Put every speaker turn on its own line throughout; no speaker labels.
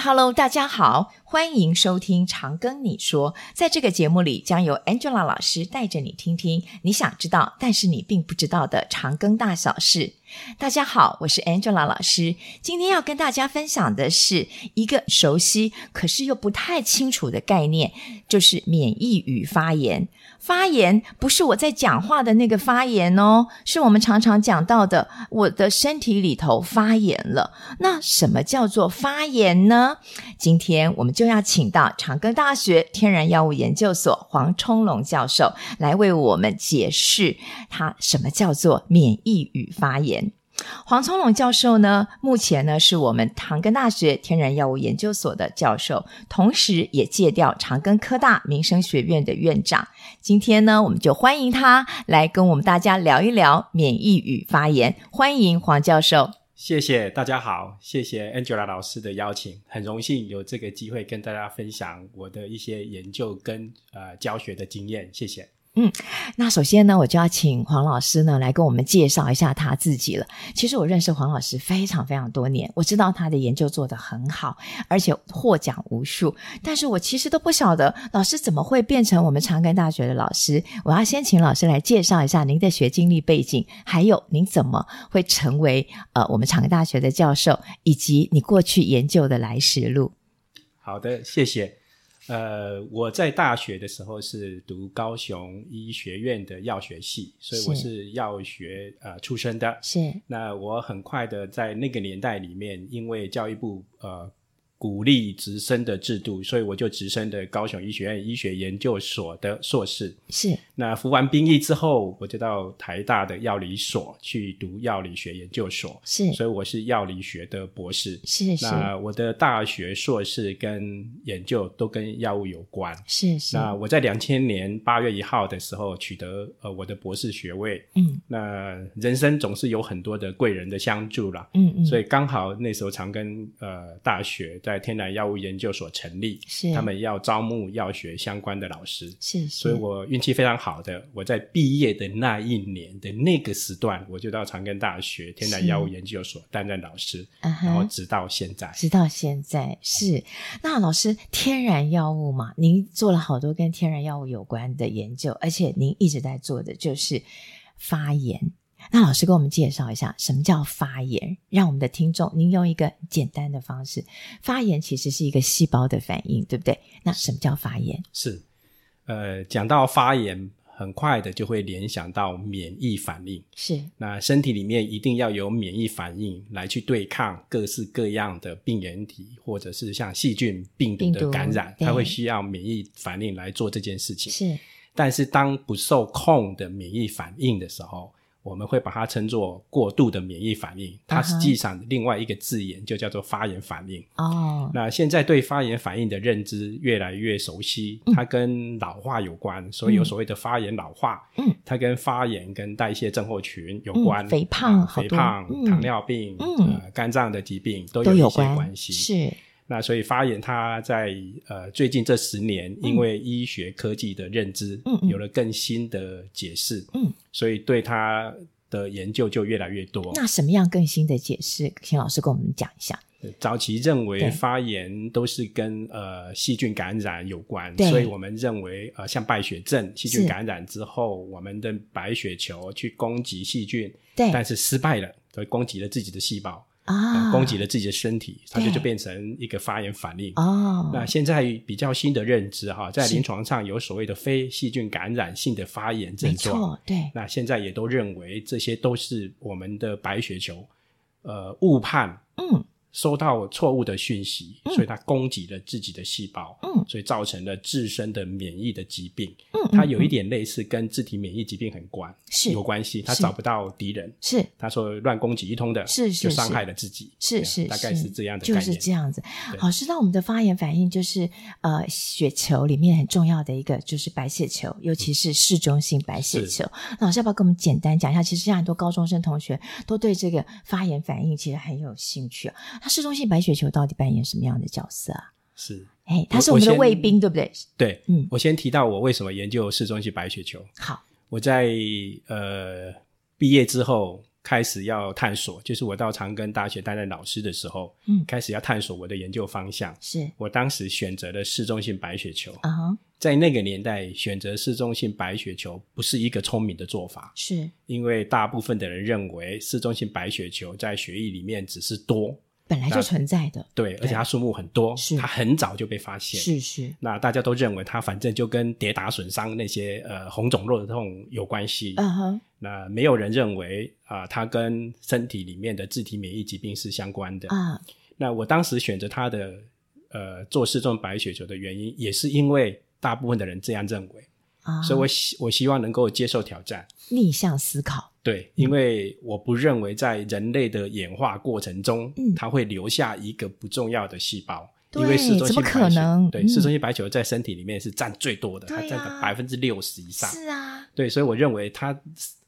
Hello，大家好，欢迎收听《常跟你说》。在这个节目里，将由 Angela 老师带着你听听你想知道，但是你并不知道的常庚大小事。大家好，我是 Angela 老师。今天要跟大家分享的是一个熟悉可是又不太清楚的概念，就是免疫与发炎。发炎不是我在讲话的那个发炎哦，是我们常常讲到的，我的身体里头发炎了。那什么叫做发炎呢？今天我们就要请到长庚大学天然药物研究所黄冲龙教授来为我们解释他什么叫做免疫与发炎。黄聪龙教授呢，目前呢是我们长庚大学天然药物研究所的教授，同时也借调长庚科大民生学院的院长。今天呢，我们就欢迎他来跟我们大家聊一聊免疫与发炎。欢迎黄教授。
谢谢大家好，谢谢 Angela 老师的邀请，很荣幸有这个机会跟大家分享我的一些研究跟呃教学的经验，谢谢。
那首先呢，我就要请黄老师呢来跟我们介绍一下他自己了。其实我认识黄老师非常非常多年，我知道他的研究做得很好，而且获奖无数。但是我其实都不晓得老师怎么会变成我们长庚大学的老师。我要先请老师来介绍一下您的学经历背景，还有您怎么会成为呃我们长庚大学的教授，以及你过去研究的来时路。
好的，谢谢。呃，我在大学的时候是读高雄医学院的药学系，所以我
是
是药学呃出身的。
是
那我很快的在那个年代里面，因为教育部呃鼓励直升的制度，所以我就直升的高雄医学院医学研究所的硕士。
是
那服完兵役之后，我就到台大的药理所去读药理学研究所，
是
所以我是药理学的博士。
是是
那我的大学硕士跟研究都跟药物有关。
是是，
那我在两千年八月一号的时候取得呃我的博士学位。
嗯
那人生总是有很多的贵人的相助啦，
嗯嗯，
所以
以
刚好那时候长庚呃大学在天然药物研究所成立，
是
他们要招募药学相关的老师，
是，
所以
是
我运气非常好的，我在毕业的那一年的那个时段，我就到长庚大学天然药物研究所担任老师，
啊哈
然后直到现在。
直到现在是，那老师，天然药物嘛，您做了好多跟天然药物有关的研究，而且您一直在做的就是发炎。那老师给我们介绍一下什么叫发炎，让我们的听众，您用一个简单的方式，发炎其实是一个细胞的反应，对不对？那什么叫发炎？
是，呃，讲到发炎，很快的就会联想到免疫反应。
是
那身体里面一定要有免疫反应来去对抗各式各样的病原体，或者是像细菌、病毒
病毒
的感染，
对
它会需要免疫反应来做这件事情。
是
但是当不受控的免疫反应的时候，我们会把它称作过度的免疫反应。它
啊哈
实际上另外一个字眼就叫做发炎反应。
哦，
那现在对发炎反应的认知越来越熟悉，
嗯
它跟老化有关，所以有所谓的发炎老化。
嗯，
它跟发炎跟代谢症候群有
嗯
关，
肥胖
啊
好
肥
多
胖、
嗯
糖尿病、
嗯
呃、肝脏的疾病都
都
有一
有
些
关
关系。
是
那所以发炎它在呃最近这十年，因为医学科技的认知，
嗯嗯
有了更新的解释，
嗯，
所以对它的研究就越来越多。
那什么样更新的解释，请老师跟我们讲一下。
呃早期认
对
为发炎都是跟呃细菌感染有关，
对
所以我们认为呃像败血症，细
是
菌感染之后，我们的白血球去攻击细菌，
对
但是失败了，所以攻击了自己的细胞，
啊，
呃攻击了自己的身体，它就
对
就变成一个发炎反应。
哦，
那现在比较新的认知哈，在
是
临床上有所谓的非细菌感染性的发炎症
没
状。
错，对，
那现在也都认为这些都是我们的白血球，呃，误判
嗯
收到错误的讯息，
嗯
所以它攻击了自己的细胞，
嗯
所以造成了自身的免疫的疾病。
嗯，
它有一
嗯
点类似跟自体免疫疾病很关
是
有关系，它
是
找不到敌人，
是
它说乱攻击一通的，
是是
就伤
是
害了自己，
是
对啊
是，
大概是这样的概
就
念，
是这样子。
对
老师，那我们的发炎反应就是呃，血球里面很重要的一个就是白血球，
嗯
尤其是嗜中性白血球。那老师要不要跟我们简单讲一下？其实现在很多高中生同学都对这个发炎反应其实很有兴趣啊。它嗜中性白血球到底扮演什么样的角色啊？
是
哎，它
我
是我们的
我先
卫兵，对不对？
对。
嗯，
我先提到我为什么研究嗜中性白血球。
好，
我在呃毕业之后开始要探索，就是我到长庚大学担任老师的时候，
嗯
开始要探索我的研究方向。
是
我当时选择了嗜中性白血球，
啊哈，
在那个年代选择嗜中性白血球不是一个聪明的做法，
是
因为大部分的人认为嗜中性白血球在血液里面只是多，
本来就存在的，
对，而且它数目很多
是，
它很早就被发现。
是是
那大家都认为它反正就跟跌打损伤那些呃红肿肉痛有关系。
啊哈，
那没有人认为啊、它跟身体里面的自体免疫疾病是相关的。
啊
那我当时选择它的呃做嗜中白血球的原因，也是因为大部分的人这样认为，
啊，
所以我希我希望能够接受挑战。
逆向思考，
对，因为我不认为在人类的演化过程中，
嗯
它会留下一个不重要的细胞。
对
因为嗜中
怎么
性
可
白血
能
对，
嗯
嗜中性白球在身体里面是占最多的，它
对
占
啊
了百分之六十以上。
是啊，
对，所以我认为它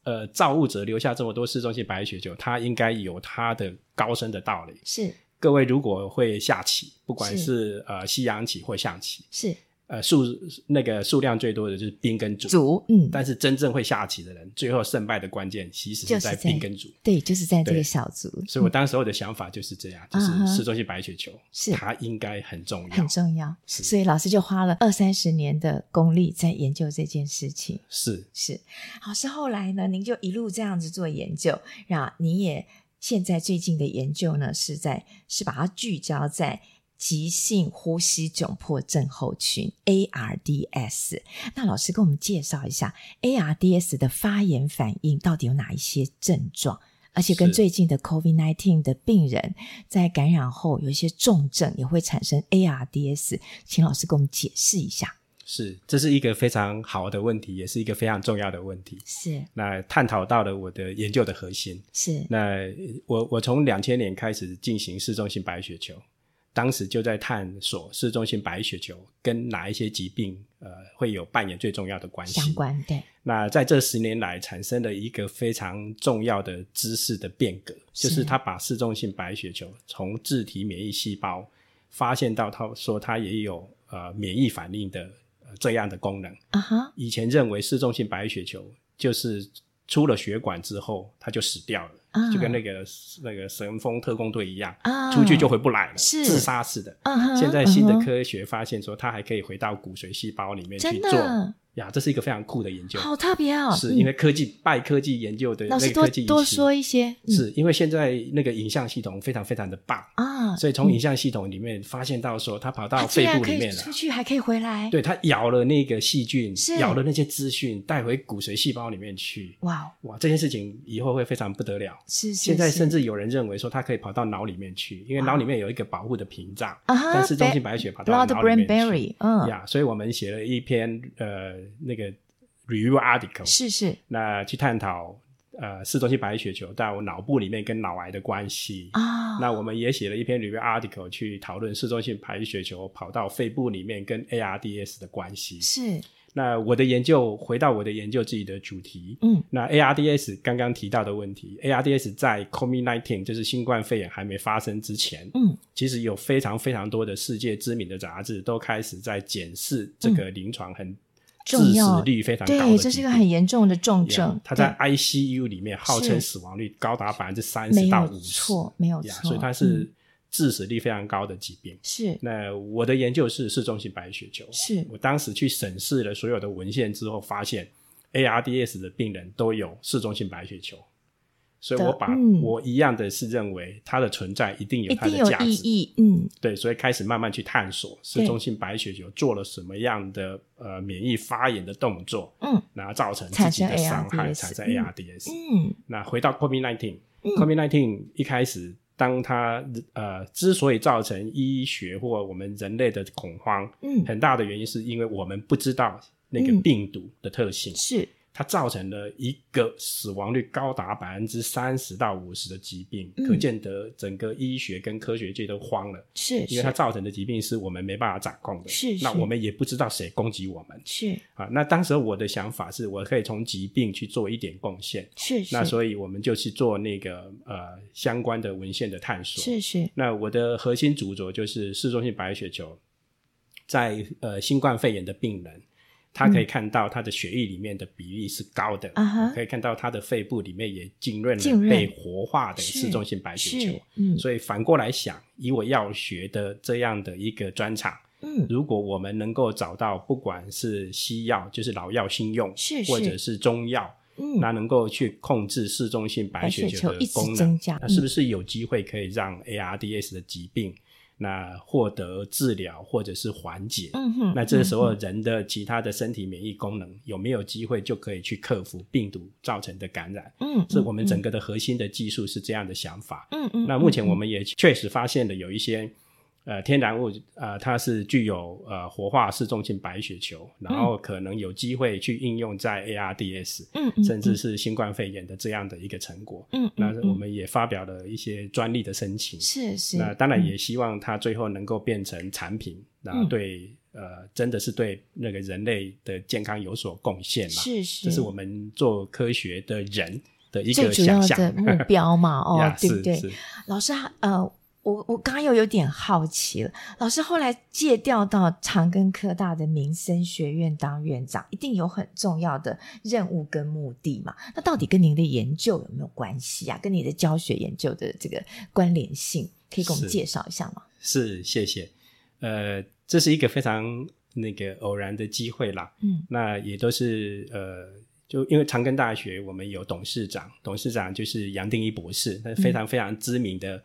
呃，造物者留下这么多嗜中性白血球，它应该有它的高深的道理。
是
各位如果会下棋，不管
是
是呃西洋棋或象棋，
是
呃数那个数量最多的就是兵跟卒。
组，嗯，
但是真正会下棋的人，最后胜败的关键其实
就是
是在
在
兵跟卒。
对，就是在这个
对
小组，
所以我当时候的想法就是这样，就
嗯哼
是市中心白血球，
是
它应该很重要
很，重要，
是
所以老师就花了二三十年的功力在研究这件事情。
是
是，好，是后来呢，您就一路这样子做研究，那你也现在最近的研究呢，是在是把它聚焦在急性呼吸窘迫症候群 （ARDS）。那老师跟我们介绍一下 ARDS 的发炎反应到底有哪一些症状？而且跟
是
最近的 COVID-19 的病人在感染后有一些重症也会产生 ARDS，请老师给我们解释一下。
是，这是一个非常好的问题，也是一个非常重要的问题。
是
那探讨到了我的研究的核心。
是
那我我从两千年开始进行市中心白血球，当时就在探索市中心白血球跟哪一些疾病呃会有扮演最重要的关系。
相关对
那在这十年来，产生了一个非常重要的知识的变革，
是
就是它把嗜中性白血球从自体免疫细胞发现到它说它也有呃免疫反应的、呃、这样的功能。
啊哈。
以前认为嗜中性白血球就是出了血管之后它就死掉了，
啊
就跟那个那个神风特工队一样，
啊
出去就回不来了，
是
自杀式的。
嗯哼
现在新的
嗯哼
科学发现说，它还可以回到骨髓细胞里面去
真的
做呀，这是一个非常酷的研究。
好特别哦，
是
嗯
因为科技拜科技研究的
老
那
师
个
多
科技遗
多
失
说一些，嗯
是因为现在那个影像系统非常非常的棒，
啊，
所以从影像系统里面发现到说，它跑到
他竟
肺
然
部
可
里
以
面了。
出去还可以回来，
对，它咬了那个细菌
是，
咬了那些资讯，带回骨髓细胞里面去。
哇哦，
哇，这件事情以后会非常不得了。
是是
现在
是
甚至有人认为说，它可以跑到脑里面去，因为脑里面有一个保护的屏障，
啊哈
但是中性白血跑到
blood
脑里
brain
面去。
barrier，嗯，
呀，所以我们写了一篇呃那个 review article，
是是
那去探讨呃嗜中性白血球到脑部里面跟脑癌的关系。
啊，
那我们也写了一篇 review article 去讨论嗜中性白血球跑到肺部里面跟 ARDS 的关系。
是
那我的研究回到我的研究自己的主题，
嗯
那 ARDS 刚刚提到的问题，ARDS 在 COVID-19 就是新冠肺炎还没发生之前，
嗯
其实有非常非常多的世界知名的杂志都开始在检视这个临床很
嗯
致
重要
死率非常高的
对，这是
疾
一个
病
很严重的重
Yeah，
症，
它
对
在 ICU 里面号
是
称死亡率高达百分之三
没
十到
有
五十，
错，没有
Yeah，
错，
所以它
嗯
是致死率非常高的疾病。
是
那我的研究是嗜中性白血球，
是
我当时去审视了所有的文献之后，发现 ARDS 的病人都有嗜中性白血球，所以
的
我把、
嗯
我一样的是认为它的存在一定有
一
它
定
的
有
价
意
值，
义，嗯
对，所以开始慢慢去探索
对
嗜中性白血球做了什么样的呃免疫发炎的动作，
嗯
然后造成自己的
产生
伤害，
ARDS
产生
嗯
ARDS。
嗯
那回到 COVID nineteen、
嗯
COVID nineteen 一开始，当它呃之所以造成医学或我们人类的恐慌，
嗯
很大的原因是因为我们不知道那个
嗯
病毒的特性，
是
它造成了一个死亡率高达百分之三十到五十的疾病，
嗯
可见得整个医学跟科学界都慌了，
是
因为它
是
造成的疾病是我们没办法掌控的，
是是
那我们也不知道谁攻击我们
是
啊。那当时候我的想法是我可以从疾病去做一点贡献。
是是
那所以我们就去做那个呃相关的文献的探索。
是是
那我的核心主轴就是嗜中性白血球在呃新冠肺炎的病人，他可以看到他的血液里面的比例是高的，
嗯啊哈
可以看到他的肺部里面也浸润
浸
了
润
被活化的
是
嗜中性白血
是
球。，
嗯
所以反过来想，以我药学的这样的一个专长，
嗯，
如果我们能够找到不管是西药，就是老药新用，
是是
或者是中药，
嗯
那能够去控制嗜中性白血球
白血球一
的
直
功能，
增加嗯
那是不是有机会可以让 ARDS 的疾病那获得治疗或者是缓解？
嗯哼，
那这时候
嗯
人的其他的身体免疫功能有没有机会就可以去克服病毒造成的感染？
嗯，嗯
是我们整
嗯
个的核心的技术是这样的想法。
嗯嗯，
那
嗯
目前
嗯
我们也确实发现了有一些呃天然物呃，它是具有呃活化嗜中性白血球，
嗯
然后可能有机会去应用在 ARDS，
嗯嗯
甚
嗯
至是新冠肺炎的这样的一个成果。
嗯，
那
嗯
我
嗯
们也发表了一些专利的申请，
是是，
那当然
嗯
也希望它最后能够变成产品，那
嗯
对呃真的是对那个人类的健康有所贡献嘛？
是是，
这是我们做科学的人的一
最
个
主要
想
的
象
目 标嘛，哦
呀，
对不
是
对？
是
老师，呃，我我刚刚又有点好奇了，老师后来借调到长庚科大的民生学院当院长，一定有很重要的任务跟目的嘛？那到底跟您的研究有没有关系啊？跟你的教学研究的这个关联性，可以给我们
是
介绍一下吗？
是，谢谢。呃，这是一个非常那个偶然的机会啦。
嗯
那也都是呃，就因为长庚大学我们有董事长，董事长就是杨定一博士，那非常非常知名的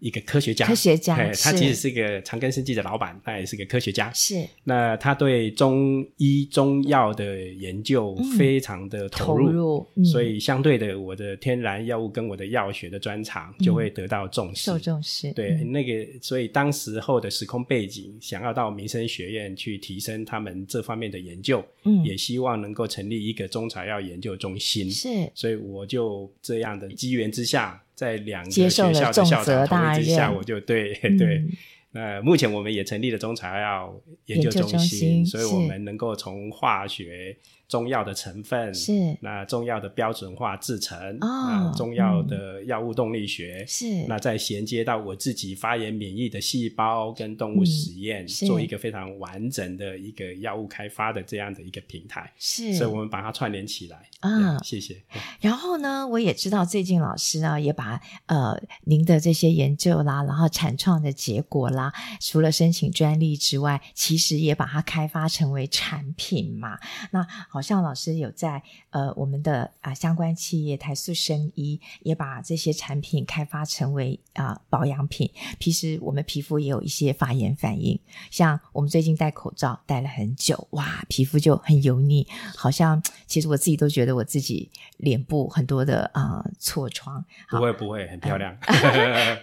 一个科学
嗯
家。
科学家
哎他
是
其实是个长庚生技的老板，他也是个科学家。
是
那他对中医中药的研究非常的投入，
嗯入，嗯、
所以相对的，我的天然药物跟我的药学的专长就会得到重视。
嗯受重视，
对，
嗯
那个，所以当时候的时空背景，想要到民生学院去提升他们这方面的研究，
嗯
也希望能够成立一个中草药研究中心。
是
所以我就这样的机缘之下，在两个
接
学
受了
校的校
重责
长
大
同意之下，
任
我就对
嗯
对。那目前我们也成立了中草药研究
研究中心
心，所以我
是
们能够从化学、中药的成分
是
那中药的标准化制成啊、
哦
那中药
嗯
的药物动力学、
是
那再衔接到我自己发炎免疫的细胞跟动物实验，
嗯是
做一个非常完整的一个药物开发的这样的一个平台，
是，
所以我们把它串联起来。
啊
嗯，谢谢。
然后呢，我也知道最近老师啊，也把呃您的这些研究啦，然后产创的结果啦，除了申请专利之外，其实也把它开发成为产品嘛。那好像老师有在呃我们的啊、相关企业台塑生医也把这些产品开发成为啊、保养品。平时我们皮肤也有一些发炎反应，像我们最近戴口罩戴了很久，哇，皮肤就很油腻，好像其实我自己都觉得我自己脸部很多的啊、呃痤疮，好
不会不会，很漂 亮。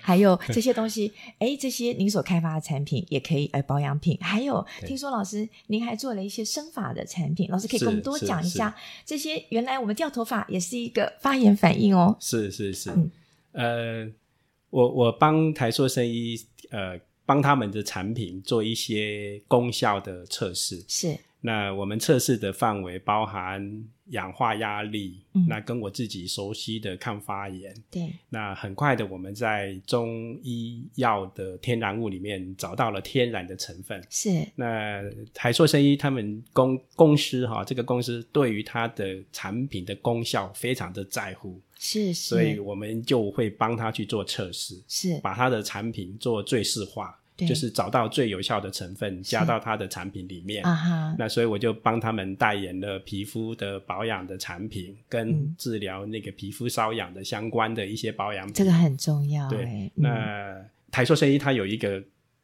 还有这些东西，哎，这些您所开发的产品也可以，哎，保养品，还有
对
听说老师您还做了一些生发的产品，老师可以
是
跟我们多
是
讲一下这些。原来我们掉头发也是一个发炎反应哦，
是是是
嗯，
呃，我我帮台塑生医呃帮他们的产品做一些功效的测试。
是
那我们测试的范围包含氧化压力，
嗯
那跟我自己熟悉的抗发炎。
对，
那很快的，我们在中医药的天然物里面找到了天然的成分。
是
那台塑生医他们公公司哈，这个公司对于它的产品的功效非常的在乎，
是
所以
是
我们就会帮他去做测试，
是，
把他的产品做最适化，
对
就是找到最有效的成分加到他的产品里面。
啊哈，
那所以我就帮他们代言了皮肤的保养的产品，
嗯
跟治疗那个皮肤瘙痒的相关的一些保养品。
这个很重要，
对，
哎嗯
那台塑生医它有一个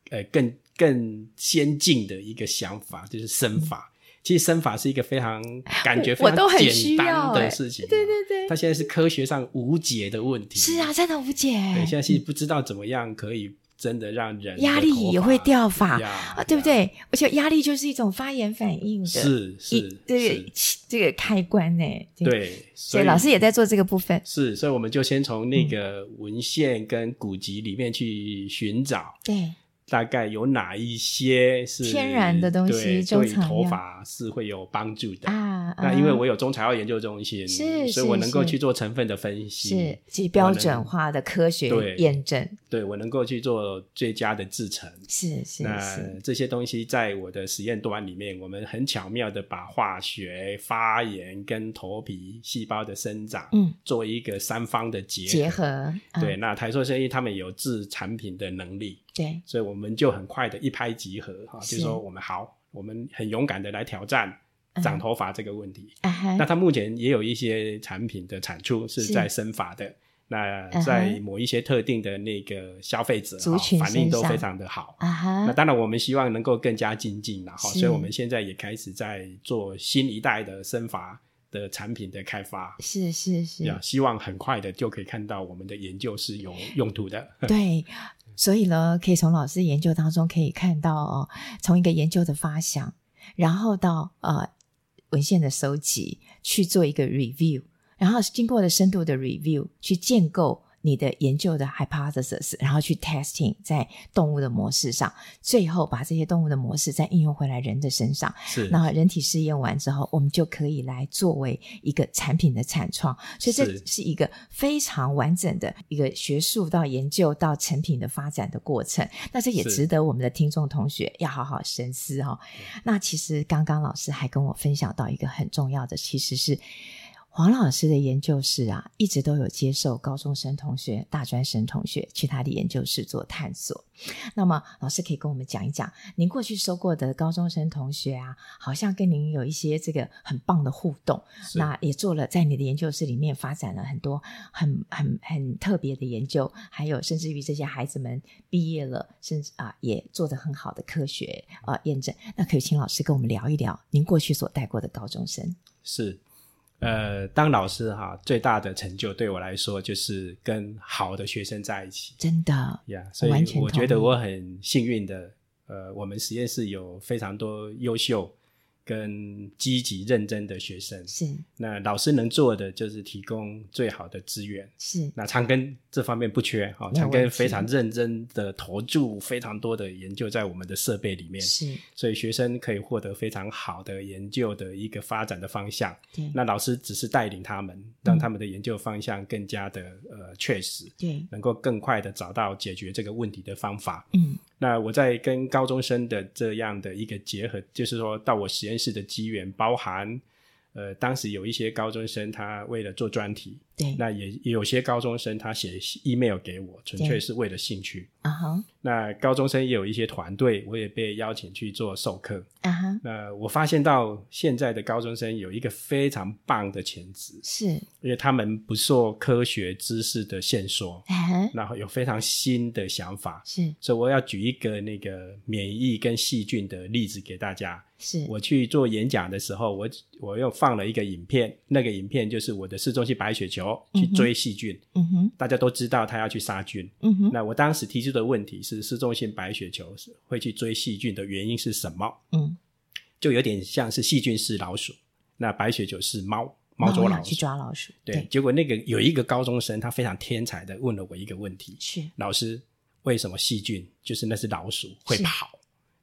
呃更更先进的一个想法，就是生法。其实生法是一个非 常感觉
嗯我我
非常
都很需
简
要欸
单的事情，啊
对对对
它现在是科学上无解的问题。
是啊，，真的无解，
对，现在是不知道怎么样可以真的让人的
压力
头
也
发
会掉发
呀
啊，对不？
呀
对？而且压力就是一种发炎反应的，
是
一
是，
这
是
个这个开关呢，
对，
所以老师也嗯在做这个部分，
是，所以我们就先从那个文献跟古籍里面去寻找
对，
大概有哪一些是
天然的东西
对
中
对
草药
头发是会有帮助的。
啊，
那因为
啊
我有中草药研究中心，
是
所以我
是
能够
是
去做成分的分析，
是即标准化的科学
对
验证，
对我能够去做最佳的制成。
是是
那
是，
这些东西在我的实验端里面，我们很巧妙的把化学、发炎跟头皮细胞的生长，
嗯，
做一个三方的结合。
结合啊
对，那台硕生意他们有制产品的能力，
对
所以我们就很快的一拍即合哈、就是是说我们好，我们很勇敢的来挑战
嗯
长头发这个问题。
啊哈
那它目前也有一些产品的产出是
是
在生发的，那
嗯哼
在某一些特定的那个消费者
族
哈
群
反应
身
都
上
非常的好。
啊嗯
那
哈，
当然，我们希望能够更加精进啦，哈，
是
所以我们现在也开始在做新一代的生发的产品的开发，
是是是，
呀，希望很快的就可以看到我们的研究是有用途 的。
对，所以呢，可以从老师研究当中可以看到哦，从一个研究的发想，然后到呃文献的收集，去做一个 review，然后经过了深度的 review，去建构你的研究的 hypothesis，然后去 testing 在动物的模式上，最后把这些动物的模式再应用回来人的身上。
是
那人体试验完之后，我们就可以来作为一个产品的产创，所以这
是
是一个非常完整的一个学术到研究到成品的发展的过程。那这也
是
值得我们的听众同学要好好深思哦。那其实刚刚老师还跟我分享到一个很重要的，其实是。黄老师的研究室啊，一直都有接受高中生同学、大专生同学去他的研究室做探索。那么，老师可以跟我们讲一讲，您过去收过的高中生同学啊，好像跟您有一些这个很棒的互动，
是
那也做了在你的研究室里面发展了很多很很很特别的研究，还有甚至于这些孩子们毕业了，甚至啊也做得很好的科学啊、呃验证。那可以请老师跟我们聊一聊您过去所带过的高中生。
是，呃，当老师哈、最大的成就对我来说就是跟好的学生在一起
真的，
呀所
完
以
全
我觉
同
得
意
我很幸运的，呃，我们实验室有非常多优秀跟积极认真的学生，
是
那老师能做的就是提供最好的资源。
是
那长庚这方面不缺，哈、哦，
没有
长庚
问
非
题
常认真的投注非常多的研究在我们的设备里面，
是，
所以学生可以获得非常好的研究的一个发展的方向。
对
那老师只是带领他们，让他们的研究方向更加的呃确实，
对，
能够更快的找到解决这个问题的方法。
嗯
那我在跟高中生的这样的一个结合，就是说到我实验室的机缘，包含呃当时有一些高中生他为了做专题，
对，
那也也有些高中生他写 email 给我，纯
对
粹是为了兴趣。
啊哈
那高中生也有一些团队，我也被邀请去做授课。
啊哈，
那我发现到现在的高中生有一个非常棒的潜质，
是
因为他们不受科学知识的限缩，
啊哈
然后有非常新的想法。
是
所以我要举一个那个免疫跟细菌的例子给大家。
是，
我去做演讲的时候，我我又放了一个影片，那个影片就是我的市中心白血球去追细菌，
嗯哼
大家都知道它要去杀菌。
嗯哼
那我当时提出的问题是，嗜中性白血球是会去追细菌的原因是什么？
嗯，
就有点像是细菌是老鼠，那白血球是猫，猫捉
我
老
去
鼠。
抓老鼠，
对，结果那个有一个高中生，他非常天才的问了我一个问题：
是
老师，为什么细菌就是那只老鼠会
是
跑？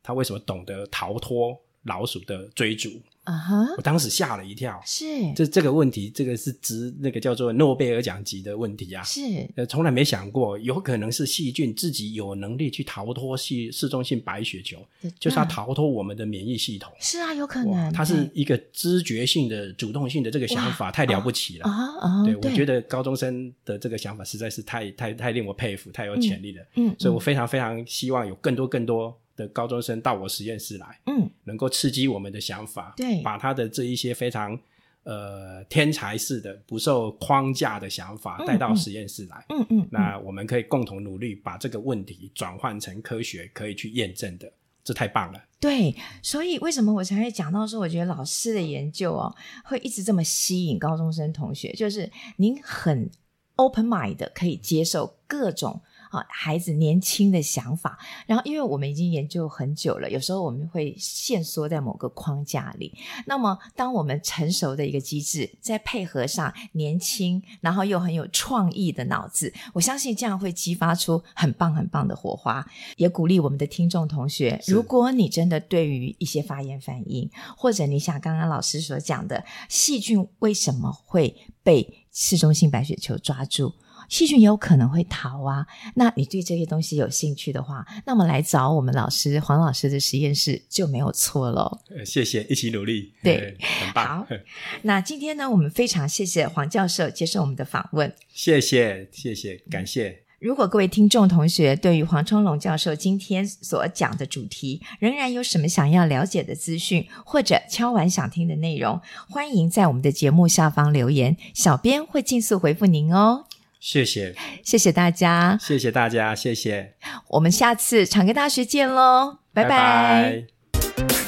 它为什么懂得逃脱老鼠的追逐？
啊哈
我当时吓了一跳，
是
这这个问题，这个是值那个叫做诺贝尔奖级的问题啊。
是
呃，从来没想过，有可能是细菌自己有能力去逃脱细嗜中性白血球，就是它
那
逃脱我们的免疫系统。
是啊，有可
哇
能
它
对
是一个知觉性的、主动性的这个想法，太了不起了。
啊啊，
对，我觉得高中生的这个想法实在是太太太令我佩服，太有潜力了。
嗯，
所以我非常非常希望有更多更多的高中生到我实验室来，
嗯
能够刺激我们的想法，
对
把他的这一些非常呃天才式的、不受框架的想法
嗯
带到
嗯
实验室来。
嗯嗯，
那我们可以共同努力，把这个问题转换成科学可以去验证的，这太棒了。
对，所以为什么我才会讲到说，我觉得老师的研究哦，会一直这么吸引高中生同学，就是您很 open mind 的，可以接受各种。啊孩子年轻的想法。然后，因为我们已经研究很久了，有时候我们会限缩在某个框架里。那么，当我们成熟的一个机制，再配合上年轻，然后又很有创意的脑子，我相信这样会激发出很棒很棒的火花。也鼓励我们的听众同学，
是
如果你真的对于一些发炎反应，或者你想刚刚老师所讲的细菌为什么会被嗜中性白血球抓住？细菌有可能会逃啊，那你对这些东西有兴趣的话，那么来找我们老师黄老师的实验室就没有错喽。
呃谢谢，一起努力，
对
呃，很棒
好，那今天呢，我们非常谢谢黄教授接受我们的访问。
谢谢，谢谢，感谢。
如果各位听众同学对于黄春龙教授今天所讲的主题仍然有什么想要了解的资讯，或者敲完想听的内容，欢迎在我们的节目下方留言，小编会尽速回复您哦。
谢谢，
谢谢大家，
谢谢大家，谢谢，
我们下次长庚大学见喽，拜拜
拜